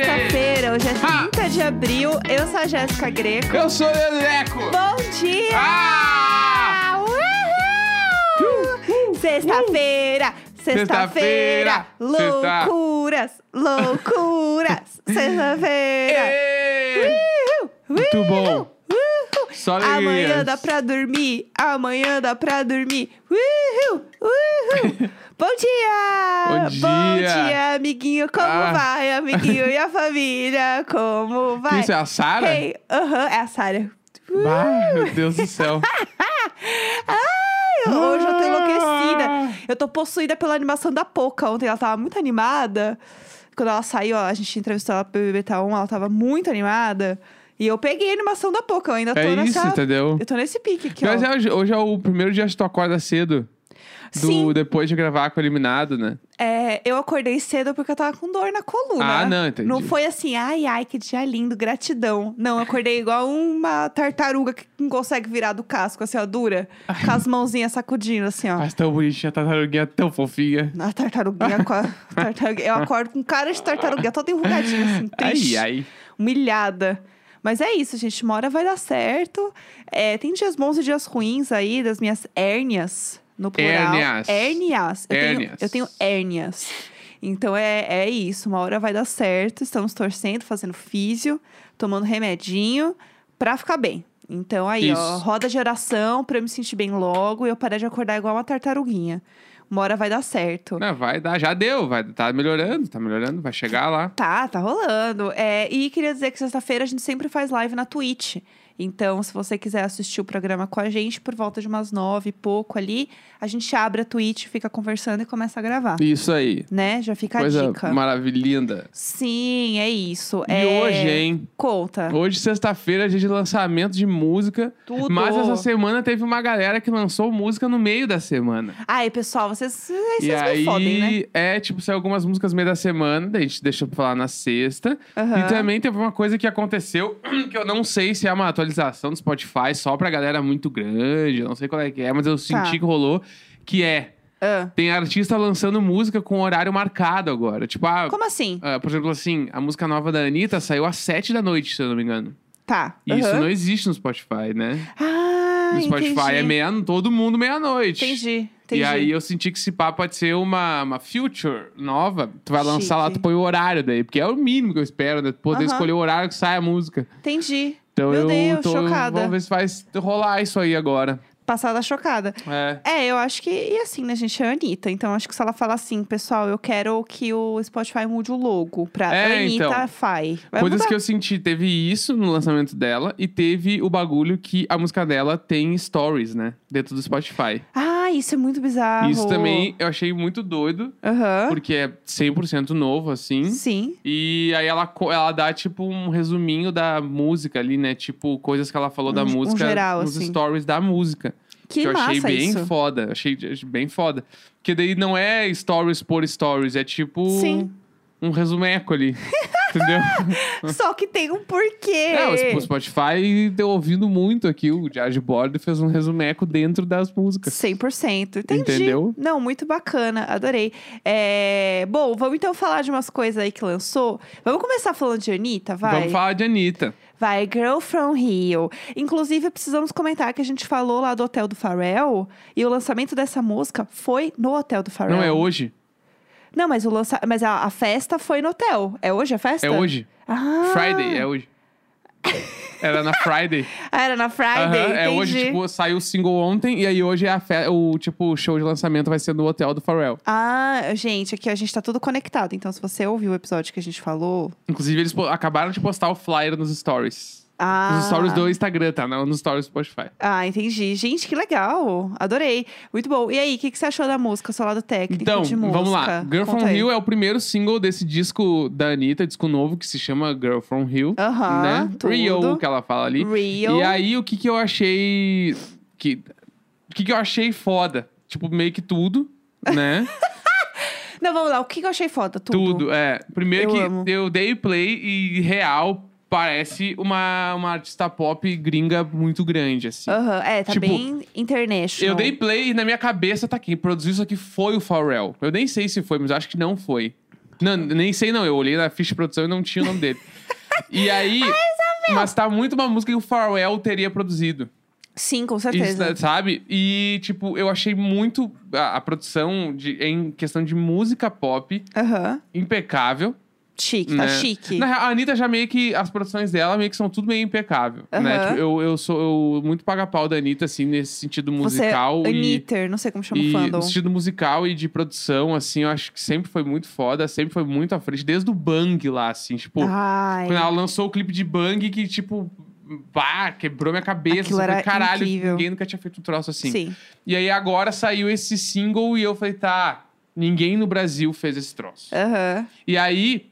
Hoje é Ah. 30 de abril. Eu sou a Jéssica Greco. Eu sou o Leco! Bom dia! Ah! Uhul! Sexta-feira! Sexta-feira! Sexta-feira, sexta. Loucuras! Loucuras! Sexta-feira! Ê! Uhul! Muito bom. Uhul! Uhul! Só Amanhã alegrias. dá pra dormir! Amanhã dá pra dormir! Uhul! Uhul! Bom dia! Bom dia. dia, amiguinho! Como Ah. vai, amiguinho? E a família? Como vai? Isso é a Sara? Ei, aham, é a Sara. Ai, meu Deus do céu. Ai, eu- hoje eu tô Ah. enlouquecida. Eu tô possuída pela animação da Poca. Ontem ela tava muito animada. Quando ela saiu, ó, a gente entrevistou ela pro BBB 1, ela tava muito animada. E eu peguei a animação da Poca, eu ainda tô É isso, nessa... entendeu? Eu tô nesse pique aqui, ó. Mas é hoje, hoje é o primeiro dia que tu acorda cedo. Do, Sim. Depois de gravar com o eliminado, né? É, eu acordei cedo porque eu tava com dor na coluna. Ah, não, entendi. Não foi assim, ai, ai, que dia lindo, gratidão. Não, eu acordei igual uma tartaruga que não consegue virar do casco, assim, ó, dura. Com as mãozinhas sacudindo, assim, ó. Mas tão bonitinha, a tartaruguinha tão fofinha. Na tartaruguinha com a tartaruguinha. Eu acordo com cara de tartaruguinha, toda enrugadinha, assim, triste. Ai, ai. Humilhada. Mas é isso, gente. Uma hora vai dar certo. É, tem dias bons e dias ruins aí das minhas hérnias, no plural. Hérnias. Hérnias. Eu, Hérnias. Tenho, eu tenho hérnias. Então é, é isso. Uma hora vai dar certo. Estamos torcendo, fazendo físio, tomando remedinho pra ficar bem. Então aí, ó, Isso. roda de oração pra eu me sentir bem logo e eu parar de acordar igual uma tartaruguinha. Uma hora vai dar certo. Não, vai dar, já deu, vai, tá melhorando, tá melhorando, vai chegar lá. Tá, tá rolando. É, e queria dizer que sexta-feira a gente sempre faz live na Twitch. Então, se você quiser assistir o programa com a gente, por volta de umas nove e pouco ali, a gente abre a Twitch, fica conversando e começa a gravar. Isso aí. Né? Já Ah. fica a Coisa dica. maravilhosa. Sim, é isso. E é... hoje, hein? Conta. Hoje, sexta-feira, é dia de lançamento de música. Tudo. Mas É essa semana teve uma galera que lançou música no meio da semana. Ai, pessoal, vocês, vocês e me aí, fodem, né? é, tipo, saiu algumas músicas no meio da semana, daí a gente deixou pra falar na sexta. Aham. E também teve uma coisa que aconteceu, que eu não sei se é uma atualização do Spotify só pra galera muito grande, eu não sei qual é que é, mas Tá. eu senti que rolou, que é, Ah, tem artista lançando música com horário marcado agora. Tipo, ah, como assim? ah, por exemplo, assim, a música nova da Anitta saiu às sete da noite, se eu não me engano. Tá. E isso aham. não existe no Spotify, né? Ah, no Spotify entendi. é meia, todo mundo meia-noite. Entendi, entendi. E aí eu senti que esse pá pode ser uma, uma future nova. Tu vai lançar lá, Chique. tu põe o horário daí, porque é o mínimo que eu espero, né? Tu Poder Aham. escolher o horário que sai a música. Entendi. Então Meu eu Deus, tô. chocada. Vamos ver se vai rolar isso aí agora. Passada chocada. É. É, eu acho que. E assim, né, gente? É a Anitta. Então, acho que se ela falar assim, pessoal, eu quero que o Spotify mude o logo pra É, Anitta então. Fai. Vai Coisas mudar. que eu senti, teve isso no lançamento dela e teve o bagulho que a música dela tem stories, né? Dentro do Spotify. Ah, isso é muito bizarro. Isso também eu achei muito doido, Aham. porque é 100% novo, assim. Sim. E aí ela, co- ela dá, tipo, um resuminho da música ali, né? Tipo, coisas que ela falou da Um- um música geral, nos assim. stories da música. Que eu achei massa bem isso. foda. Achei achei bem foda. Porque daí não é stories por stories, é tipo Sim. um resumeco ali. entendeu? Só que tem um porquê. É, o Sp- Spotify deu ouvindo muito aqui. O Diário Board fez um resumeco dentro das músicas. 100%. Entendi. Entendeu? Não, muito bacana, adorei. É, Bom, vamos então falar de umas coisas aí que lançou. Vamos começar falando de Anitta, vai? Vamos falar de Anitta. Vai, Girl from Rio. Inclusive, precisamos comentar que a gente falou lá do Hotel do Farel. E o lançamento dessa música foi no Hotel do Farel. Não é hoje? Não, mas, o lança... mas a, a festa foi no hotel. É hoje a festa? É hoje? Ah, Friday, é hoje. Era na Friday. Ah, era na Friday, Aham, é hoje, entendi. tipo, saiu o single ontem e aí hoje é a fe- o tipo o show de lançamento vai ser no hotel do Pharrell. Ah, gente, aqui a gente tá tudo conectado. Então, se você ouviu o episódio que a gente falou... Inclusive, eles po- acabaram de postar o flyer nos stories. Ah, Nos stories do Instagram, tá? Não nos stories do Spotify. Ah, entendi. Gente, que legal. Adorei. Muito bom. E aí, o que, que você achou da música? Seu lado técnico Então, de música? vamos lá. Girl Conta From aí. Hill é o primeiro single desse disco da Anitta, disco novo, que se chama Girl From Hill. Aham, né? Rio, tudo. que ela fala ali. Real. E aí, o que que eu achei. Que... O que que eu achei foda? Tipo, meio que tudo, né? Não, vamos lá. O que, que eu achei foda? é Tudo, é. Primeiro Eu que amo. eu dei play e real parece uma, uma artista pop gringa muito grande, assim. Aham, é, tá Tipo, bem international. Eu dei play e na minha cabeça tá quem produziu isso aqui foi o Pharrell. Eu nem sei se foi, mas eu acho que não foi. Não, nem sei não. Eu olhei na ficha de produção e não tinha o nome dele. E aí. Mas tá muito uma música que o Pharrell teria produzido. Sim, com Isso, certeza. né, sabe? E, tipo, eu achei muito a, a produção de, em questão de música pop Aham. impecável. Chique, tá né? chique. Na real, a Anitta já meio que. As produções dela meio que são tudo meio impecável. Né? Aham. Tipo, eu, eu sou eu muito paga-pau da Anitta, assim, nesse sentido musical. Você, e, Anitter, não sei como chama o e fandom. no sentido musical e de produção, assim, eu acho que sempre foi muito foda, sempre foi muito à frente, desde o Bang lá, assim, tipo. Ai, Quando ela lançou o clipe de Bang, que, tipo, bah, quebrou minha cabeça. Aquilo assim, era falei, caralho, incrível." ninguém nunca tinha feito um troço assim. sim. E aí agora saiu esse single e eu falei, tá, ninguém no Brasil fez esse troço. Aham. E aí,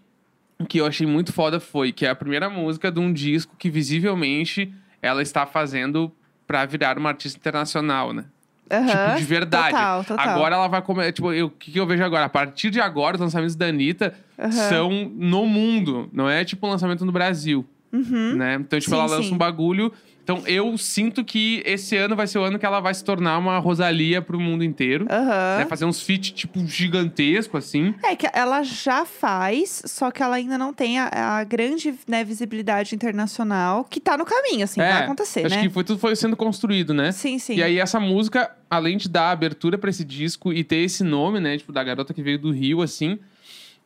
o que eu achei muito foda foi que é a primeira música de um disco que visivelmente ela está fazendo pra virar uma artista internacional, né? Aham. Tipo, de verdade. Total, total. Agora ela vai comer. Tipo, eu- o que, que eu vejo agora? A partir de agora, os lançamentos da Anitta Aham. são no mundo. Não é tipo um lançamento no Brasil. Né? Então, tipo, Uhum. Sim, ela lança sim. um bagulho. Então, eu sinto que esse ano vai ser o ano que ela vai se tornar uma Rosalia pro mundo inteiro. Aham. Né? Fazer uns feat, tipo, gigantesco, assim. É que ela já faz, só que ela ainda não tem a, a grande né, visibilidade internacional que tá no caminho, assim, É, vai acontecer, Acho né? que foi, tudo foi sendo construído, né? Sim, sim. E aí, essa música, além de dar abertura pra esse disco e ter esse nome, né? Tipo, da garota que veio do Rio, assim.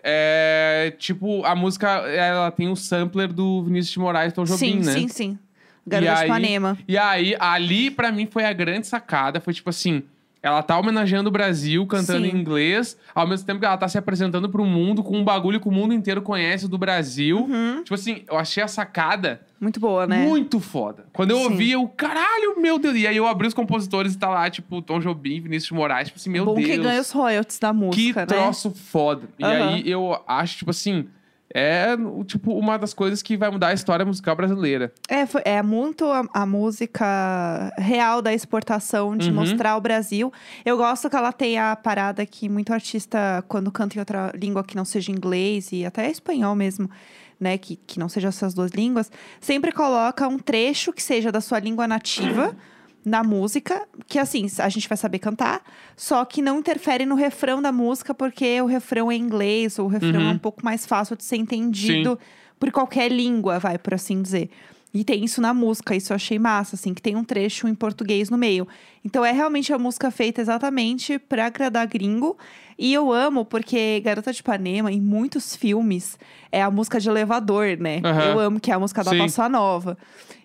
É. Tipo, a música, ela tem o sampler do Vinícius de Moraes, Tom Jobim, sim, né? sim, sim. Garota aí- de Ipanema. E aí, ali, pra mim, foi a grande sacada. Foi tipo assim. Ela tá homenageando o Brasil, cantando Sim. em inglês, ao mesmo tempo que ela tá se apresentando pro mundo com um bagulho que o mundo inteiro conhece do Brasil. Uhum. Tipo assim, eu achei a sacada Muito boa, né? muito foda. Quando eu Sim. ouvi, eu, caralho, meu Deus. E aí eu abri os compositores e tá lá, tipo, Tom Jobim, Vinícius de Moraes. Tipo assim, meu É Bom Deus. que ganha os royalties da que música, né? troço foda. E Aham. aí eu acho, tipo assim, é o- tipo uma das coisas que vai mudar a história musical brasileira. É, foi- é muito a, a música real da exportação, de Uhum. mostrar o Brasil. Eu gosto que ela tem a parada que muito artista, quando canta em outra língua que não seja inglês e até espanhol mesmo, né, que, que não seja essas duas línguas, sempre coloca um trecho que seja da sua língua nativa. Na música, que assim, a gente vai saber cantar, só que não interfere no refrão da música, porque o refrão é em inglês, ou o refrão Uhum. é um pouco mais fácil de ser entendido por qualquer língua, vai, por assim dizer. E tem isso na música, isso eu achei massa, assim, que tem um trecho em português no meio. Então é realmente a música feita exatamente pra agradar gringo. E eu amo, porque Garota de Ipanema, em muitos filmes, é a música de elevador, né? Aham. Eu amo, que é a música da Sim. Bossa Nova.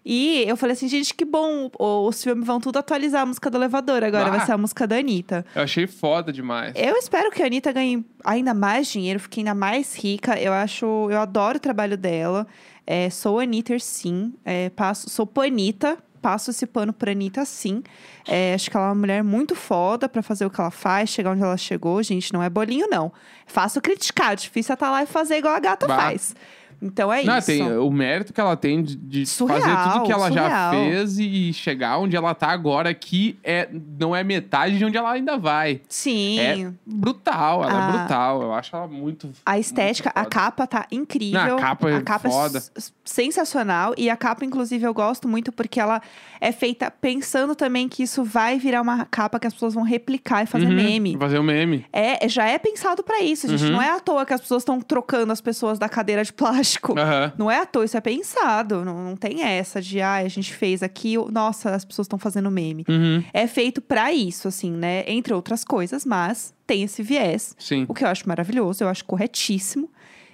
E eu falei assim, gente, que bom, o- os filmes vão tudo atualizar a música do elevador, agora Ah. vai ser a música da Anitta. Eu achei foda demais. Eu espero que a Anitta ganhe ainda mais dinheiro, fique ainda mais rica. Eu acho, eu adoro o trabalho dela. É, sou Anitter, sim. É, passo, sou panita, passo esse pano pra Anitta, sim. É, acho que ela é uma mulher muito foda pra fazer o que ela faz, chegar onde ela chegou. Gente, não é bolinho, não. Fácil criticar, difícil é tá lá e fazer igual a gata Bah. faz. Então é Não, isso. tem o mérito que ela tem de, de Surreal, fazer tudo que ela já surreal. fez e chegar onde ela tá agora, que é, não é metade de onde ela ainda vai. Sim. É brutal, ela é A- brutal. Eu acho ela muito. A estética, muito a foda. capa tá incrível. Não, a capa é foda. s- s- sensacional. E a capa, inclusive, eu gosto muito porque ela é feita pensando também que isso vai virar uma capa que as pessoas vão replicar e fazer Uhum, meme. Fazer um meme. É, já é pensado pra isso, gente. Uhum. Não é à toa que as pessoas estão trocando as pessoas da cadeira de plástico. Aham. Não é à toa, isso é pensado. Não, não tem essa de, ah, a gente fez aqui, nossa, as pessoas estão fazendo meme. Uhum. É feito pra isso, assim, né? Entre outras coisas, mas tem esse viés. Sim. O que eu acho maravilhoso, eu acho corretíssimo.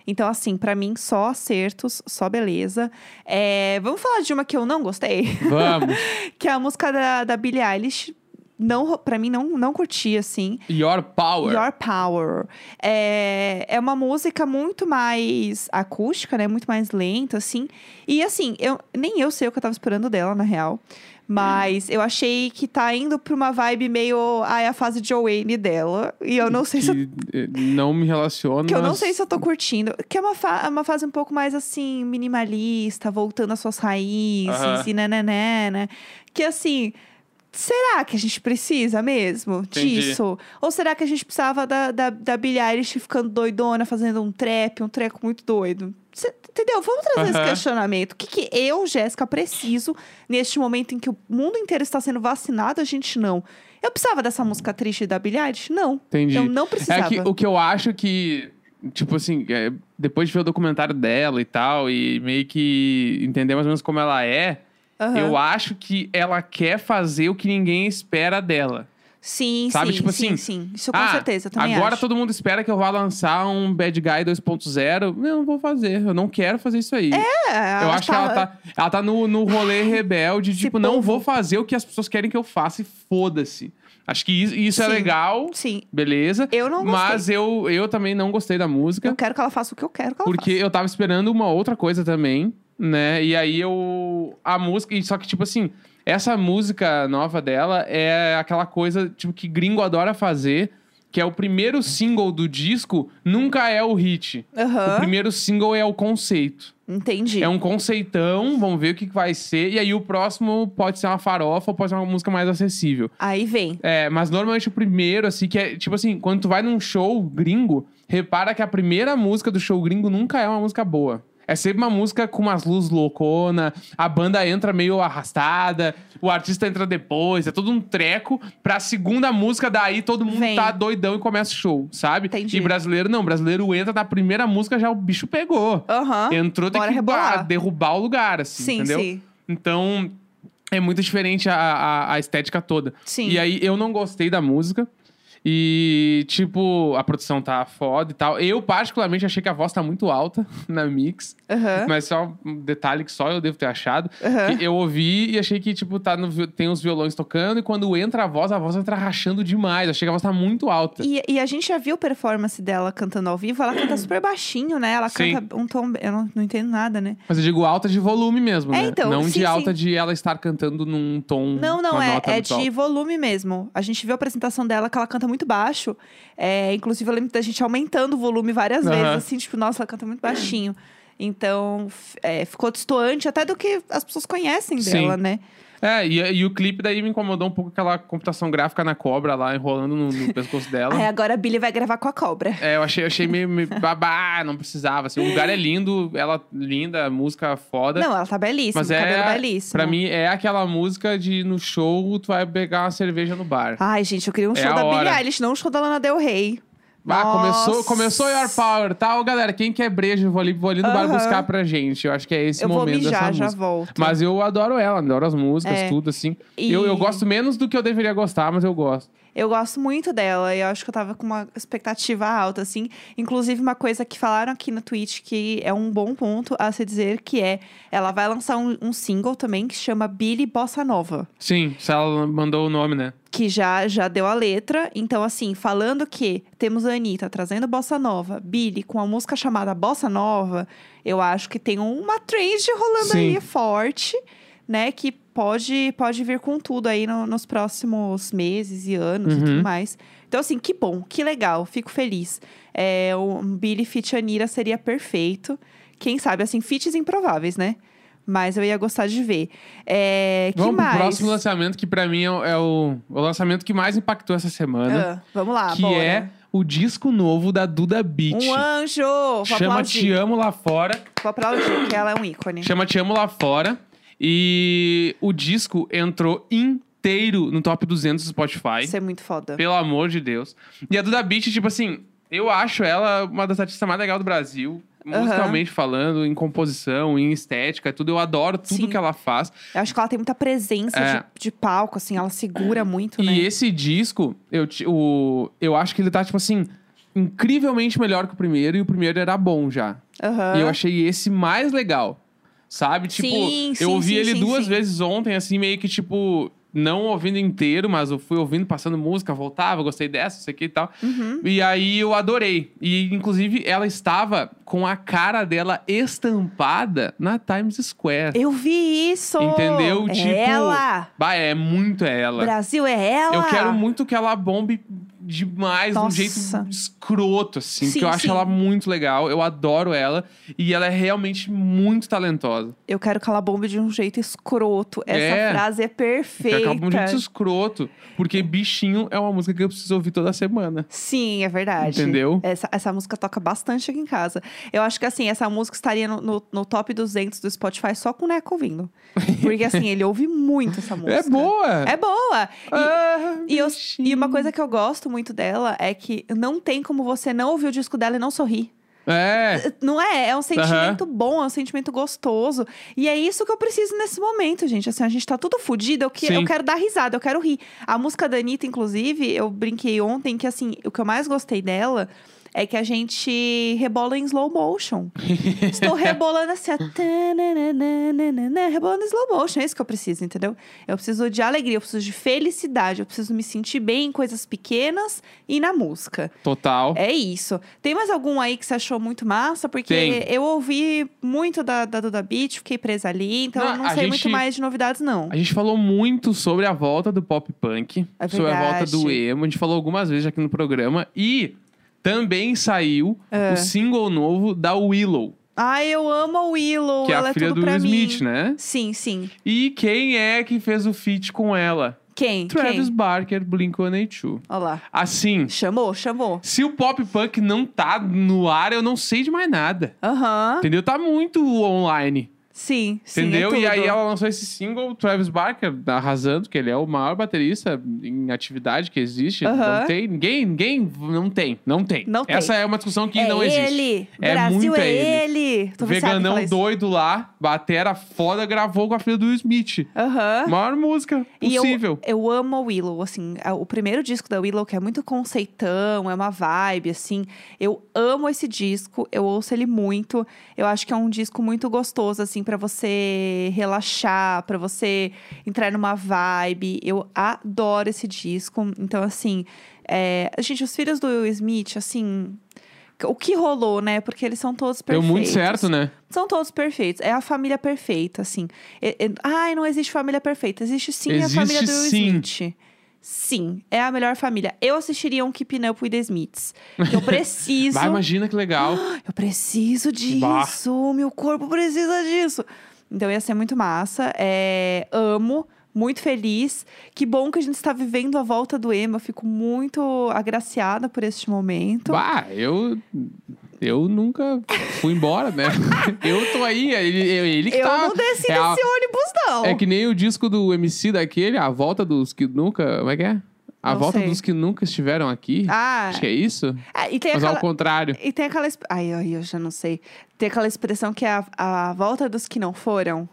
Então, assim, pra mim, só acertos, só beleza. É, vamos falar de uma que eu não gostei, Vamos. que é a música da, da Billie Eilish. Não, ro- pra mim, não, não curti, assim. Your Power. Your Power. É, é uma música muito mais acústica, né? Muito mais lenta, assim. E assim, eu, nem eu sei o que eu tava esperando dela, na real. Mas eu achei que tá indo pra uma vibe meio. Ah, é a fase Joanne dela. E eu não sei se eu Que eh, não me relaciono. que eu não mas- sei se eu tô curtindo. Que é uma, fa- uma fase um pouco mais assim, minimalista, voltando às suas raízes Aham. e nananã, né? Que assim. Será que a gente precisa mesmo Entendi. disso? Ou será que a gente precisava da, da, da Billie Eilish ficando doidona, fazendo um trap, um treco muito doido? Cê- entendeu? Vamos trazer Aham. esse questionamento. O que, que eu, Jéssica, preciso neste momento em que o mundo inteiro está sendo vacinado, a gente não? Eu precisava dessa música triste da Billie Eilish? Não. Entendi. Eu não precisava. É que o que eu acho que Tipo assim, é, depois de ver o documentário dela e tal, e meio que entender mais ou menos como ela é, Aham. eu acho que ela quer fazer o que ninguém espera dela. Sim, Sabe, sim, tipo sim, assim, sim. Isso com Ah, certeza, eu também Agora acho. todo mundo espera que eu vá lançar um Bad Guy 2.0. Eu não vou fazer, eu não quero fazer isso aí. É, eu acho que ela tá, ela tá no, no rolê rebelde, Esse tipo, não povo. vou fazer o que as pessoas querem que eu faça e foda-se. Acho que isso, isso é Sim. legal, Sim, beleza. eu não gostei. Mas eu, eu também não gostei da música. Eu quero que ela faça o que eu quero que ela Porque eu tava esperando uma outra coisa também, né? E aí eu. A música. e Só que, tipo assim, essa música nova dela é aquela coisa tipo, que gringo adora fazer, que é o primeiro single do disco, nunca é o hit. faça. Aham, O primeiro single é o conceito. entendi. É um conceitão, vamos ver o que que vai ser. E aí o próximo pode ser uma farofa ou pode ser uma música mais acessível. Aí vem. É, mas normalmente o primeiro, assim, que é tipo assim, quando tu vai num show gringo, repara que a primeira música do show gringo nunca é uma música boa. É sempre uma música com umas luzes loucona, a banda entra meio arrastada, o artista entra depois, é todo um treco. Pra segunda música, daí todo mundo Vem. tá doidão e começa o show, sabe? Entendi. E brasileiro não, brasileiro entra na primeira música, já o bicho pegou. Aham. Entrou, tem Bora que rebolar. bah, derrubar o lugar, assim, Sim, entendeu? sim. Então, é muito diferente a- a- a estética toda. Sim. E aí eu não gostei da música. E, tipo, a produção tá foda e tal. Eu, particularmente, achei que a voz tá muito alta na mix. Aham. Mas só um detalhe que só eu devo ter achado. Aham. Que eu ouvi e achei que, tipo, tá no vi- tem os violões tocando. E quando entra a voz, a voz entra rachando demais. Achei que a voz tá muito alta. E, e a gente já viu performance dela cantando ao vivo. Ela canta super baixinho, né? Ela Sim. canta um tom. Eu não, não entendo nada, né? Mas eu digo alta de volume mesmo, É, né? então, não sim, de alta sim. de ela estar cantando num tom. Não, não, uma é, nota é muito de alta. volume mesmo. A gente viu a apresentação dela que ela canta muito baixo. É, inclusive, eu lembro da gente aumentando o volume várias Aham. vezes, assim, tipo, nossa, ela canta muito baixinho. Então, f- é, ficou destoante até do que as pessoas conhecem Sim. dela, né? É, e, e o clipe daí me incomodou um pouco aquela computação gráfica na cobra lá, enrolando no, no pescoço dela. Aí agora a Billy vai gravar com a cobra. É, eu achei, eu achei meio, meio babá, não precisava. Assim, o lugar é lindo, ela linda, a música foda. Não, ela tá belíssima, mas o é. cabelo belíssimo. Pra mim, é aquela música de no show tu vai pegar uma cerveja no bar. Ai, gente, eu queria um É show a da Billie hora. Eilish, não um show da Lana Del Rey. Ah, começou, Nossa. começou Your Power, tá? Ô, galera, quem quer breja, eu vou ali, vou ali no bar Aham. buscar pra gente. Eu acho que é esse eu vou momento dessa mijar, já música. volto. Mas eu adoro ela, adoro as músicas, É. tudo assim. E Eu, eu gosto menos do que eu deveria gostar, mas eu gosto. Eu gosto muito dela e eu acho que eu tava com uma expectativa alta, assim. Inclusive, uma coisa que falaram aqui no Twitch que é um bom ponto a se dizer que é... Ela vai lançar um, um single também que chama Billy Bossa Nova. Sim, se ela mandou o nome, né? Que já, já deu a letra. Então, assim, falando que temos a Anitta trazendo Bossa Nova, Billy com uma música chamada Bossa Nova, eu acho que tem uma trend rolando Sim. aí forte, né? Que pode, pode vir com tudo aí no- nos próximos meses e anos e Uhum. tudo mais. Então, assim, que bom, que legal, fico feliz. É, um Billy feat Anira seria perfeito. Quem sabe, assim, feats improváveis, né? Mas eu ia gostar de ver. É, que Vamos mais? pro próximo lançamento, que pra mim é, o- é o, o lançamento que mais impactou essa semana. Ah, vamos lá, que bora. é o disco novo da Duda Beat. Um anjo! Vou assim. Chama aplaudir. Te Amo Lá Fora. Vou aplaudir, que ela é um ícone. Chama Te Amo Lá Fora. E o disco entrou inteiro no top 200 do Spotify. Isso é muito foda. Pelo amor de Deus. E a Duda Beat, tipo assim, eu acho ela uma das artistas mais legais do Brasil. Aham. Musicalmente falando, em composição, em estética, tudo. Eu adoro tudo Sim. que ela faz. Eu acho que ela tem muita presença É. de, de palco, assim, ela segura muito, né? E esse disco, eu, ti- o, eu acho que ele tá, tipo assim, incrivelmente melhor que o primeiro, e o primeiro era bom já. Aham. E eu achei esse mais legal. Sabe? Tipo, Sim, sim, eu ouvi sim, ele sim, duas sim. vezes ontem, assim, meio que tipo. Não ouvindo inteiro, mas eu fui ouvindo, passando música, voltava, gostei dessa, isso aqui e tal. Uhum. E aí eu adorei. E inclusive ela estava com a cara dela estampada na Times Square. Eu vi isso! Entendeu? É Tipo, Ela! Bah, é muito ela. Brasil é ela! Eu quero muito que ela bombe demais, de um Nossa. jeito escroto, assim. Sim, porque eu acho sim. ela muito legal, eu adoro ela. E ela é realmente muito talentosa. Eu quero que ela bombe de um jeito escroto. Essa É. frase é Porque perfeita. acaba com um jeito escroto. Porque Bichinho é uma música que eu preciso ouvir toda semana. Sim, é verdade. Entendeu? Essa, essa música toca bastante aqui em casa. Eu acho que, assim, essa música estaria no, no, no top 200 do Spotify só com o Neco ouvindo. Porque, assim, ele ouve muito essa música. É boa! É boa! E- Ah, E, eu- Bichinho. e uma coisa que eu gosto muito dela é que não tem como você não ouvir o disco dela e não sorrir. É. Não é? É um sentimento bom, é um sentimento gostoso. E é isso que eu preciso nesse momento, gente. Assim, a gente tá tudo fudido. Eu, que, Sim. eu quero dar risada, eu quero rir. A música da Anitta, inclusive, eu brinquei ontem que, assim, o que eu mais gostei dela é que a gente rebola em slow motion. Estou rebolando assim, ó, tananana, rebolando em slow motion. É isso que eu preciso, entendeu? Eu preciso de alegria, eu preciso de felicidade, eu preciso me sentir bem em coisas pequenas e na música. Total. É isso. Tem mais algum aí que você achou muito massa? Porque Tem. eu ouvi muito da, da Duda Beat, fiquei presa ali, então Não, eu não a sei muito gente- mais de novidades, não. A gente falou muito sobre a volta do pop punk, É sobre a volta verdade. do emo. A gente falou algumas vezes aqui no programa. E também saiu Ah. o single novo da Willow, Ai, eu amo a Willow, que é ela a é filha tudo do pra Will mim. Smith, né? Sim, sim. E quem é que fez o feat com ela? Quem? Travis Quem? Barker, Blink-182. Olha lá. Assim, Chamou, chamou. se o pop punk não tá no ar, eu não sei de mais nada. Aham. Entendeu? Tá muito online. Sim, sim. é Entendeu? e aí tudo. ela lançou esse single, Travis Barker, arrasando, que ele é o maior baterista em atividade que existe. Aham. Não tem, ninguém, ninguém, não tem, não tem. Não tem. Essa é uma discussão que é não existe. Ele. É Brasil muito é é ele. ele. Tô viciada em falar Veganão isso. doido lá, batera foda, gravou com a filha do Will Smith. Aham. Maior música Ah. E eu- possível. Eu amo a Willow, assim, a- o primeiro disco da Willow, que é muito conceitão, é uma vibe, assim. Eu amo esse disco, eu ouço ele muito. Eu acho que é um disco muito gostoso, assim, pra você relaxar, pra você entrar numa vibe. Eu adoro esse disco. Então, assim, é... gente, os filhos do Will Smith, assim. O que rolou, né? Porque eles são todos Deu perfeitos. muito certo, né? São todos perfeitos. É a família perfeita, assim. E- e- ai, não existe família perfeita. Existe sim Existe a família do Will sim. Smith. Sim, é a melhor família. Eu assistiria um Keeping Up with the Smiths. Eu preciso. Vai, imagina que legal. eu preciso Bah. disso. Meu corpo precisa disso. Então ia ser muito massa. É, amo. Muito feliz. Que bom que a gente está vivendo a volta do Emma. Fico muito agraciada por este momento. Bah, eu. Eu nunca fui embora, né? eu tô aí, ele, ele que eu tá. não desci é desse a- ônibus, não. É que nem o disco do MC daquele, A Volta dos Que Nunca. Como é que é? A Não Volta sei. dos Que Nunca Estiveram Aqui. Ah, Acho que é isso. é, e tem Mas aquela... ao contrário. E tem aquela. exp- Ai, ai, eu já não sei. Tem aquela expressão que é a, a volta dos que não foram.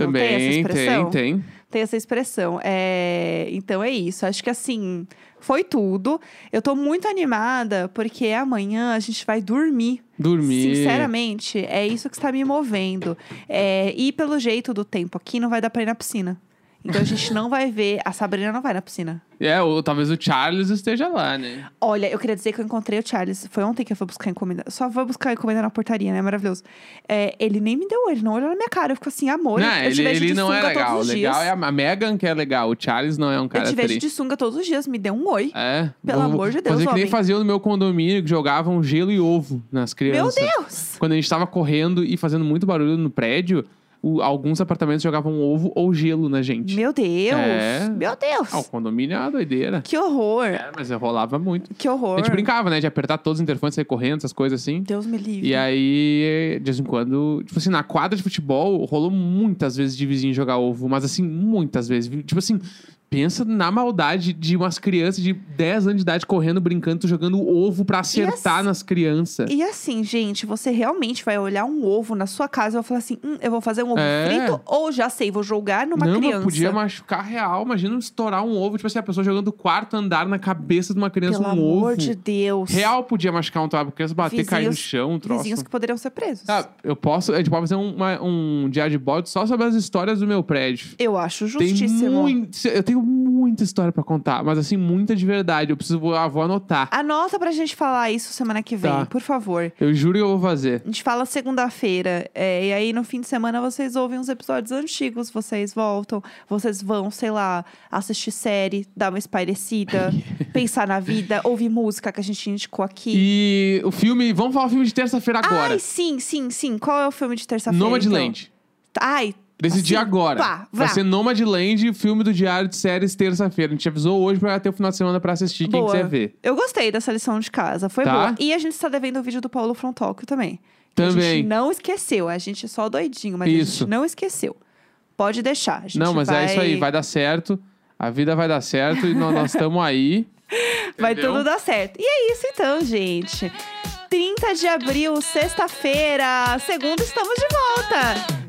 Não tem essa Também expressão? tem, tem. Tem essa expressão. É, Então é isso. Acho que assim, foi tudo. Eu tô muito animada porque amanhã a gente vai dormir. Dormir. Sinceramente, é isso que está me movendo. É, E pelo jeito do tempo aqui, não vai dar pra ir na piscina. Então a gente não vai ver. A Sabrina não vai na piscina. É, ou talvez o Charles esteja lá, né? Olha, eu queria dizer que eu encontrei o Charles. Foi ontem que eu fui buscar encomenda. Só vou buscar encomenda na portaria, né? Maravilhoso. É, ele nem me deu, ele não olhou na minha cara. Eu fico assim, amor, não, eu, eu te ele, vejo ele de não sunga é legal. todos os dias. Legal é a Megan que é legal. O Charles não é um eu cara te vejo tri. de sunga todos os dias, me deu um oi. É. Pelo vou- amor de Deus, Fazer que nem homem. fazia no meu condomínio, que jogavam gelo e ovo nas Meu crianças. Deus! Quando a gente tava correndo e fazendo muito barulho no prédio, o- alguns apartamentos jogavam ovo ou gelo na gente. Meu Deus! É. Meu Deus! Ah, o condomínio é uma doideira. Que horror! É, mas eu rolava muito. Que horror! A gente brincava, né? De apertar todos os interfones, sair correndo, essas coisas assim. Deus me livre. E aí, de vez em quando, tipo assim, na quadra de futebol, rolou muitas vezes de vizinho jogar ovo, mas assim, muitas vezes. Tipo assim, pensa na maldade de umas crianças de 10 anos de idade correndo, brincando, jogando ovo pra acertar as- nas crianças. assim, E assim, gente, você realmente vai olhar um ovo na sua casa e vai falar assim: hum, eu vou fazer um ovo É. frito ou já sei, vou jogar numa não, mas criança. podia um machucar real. Imagina estourar um ovo, tipo assim, a pessoa jogando o quarto andar na cabeça de uma criança Pelo um amor ovo. de Deus! Real podia machucar um troço, a criança bater, cair no Vizinhos- chão, um troço. Vizinhos que poderiam ser presos. Ah, eu posso, a gente pode fazer um, uma- um diário de bordo só sobre as histórias do meu prédio. Eu acho Tem justíssimo. muito, eu tenho muita história pra contar, mas assim, muita de verdade. Eu preciso, vou, ah, vou anotar. Anota pra gente falar isso semana que vem, Tá. por favor. Eu juro que eu vou fazer. A gente fala segunda-feira. é, e aí, no fim de semana, vocês ouvem uns episódios antigos, vocês voltam, vocês vão, sei lá, assistir série, dar uma espairecida, pensar na vida, ouvir música que a gente indicou aqui. E o filme, vamos falar o filme de terça-feira agora. Ai, sim, sim, sim. Qual é o filme de terça-feira? então? Nomadland. Ai, Decidi assim, agora. pá, Vai vá. ser Nomadland, filme do Diário de Séries, terça-feira. A gente avisou hoje pra ter o final de semana pra assistir, quem Boa. quiser ver. eu gostei dessa lição de casa. Foi Tá. boa. E a gente está devendo o vídeo do Paulo Frontóquio também. Que A Também. gente não esqueceu. A gente é só doidinho, mas a Isso. gente não esqueceu. Pode deixar. A gente Não, mas vai... é isso aí, vai dar certo. A vida vai dar certo e nó- nós estamos aí. Vai Entendeu? tudo dar certo. E é isso então, gente. 30 de abril, sexta-feira, segunda, estamos de volta.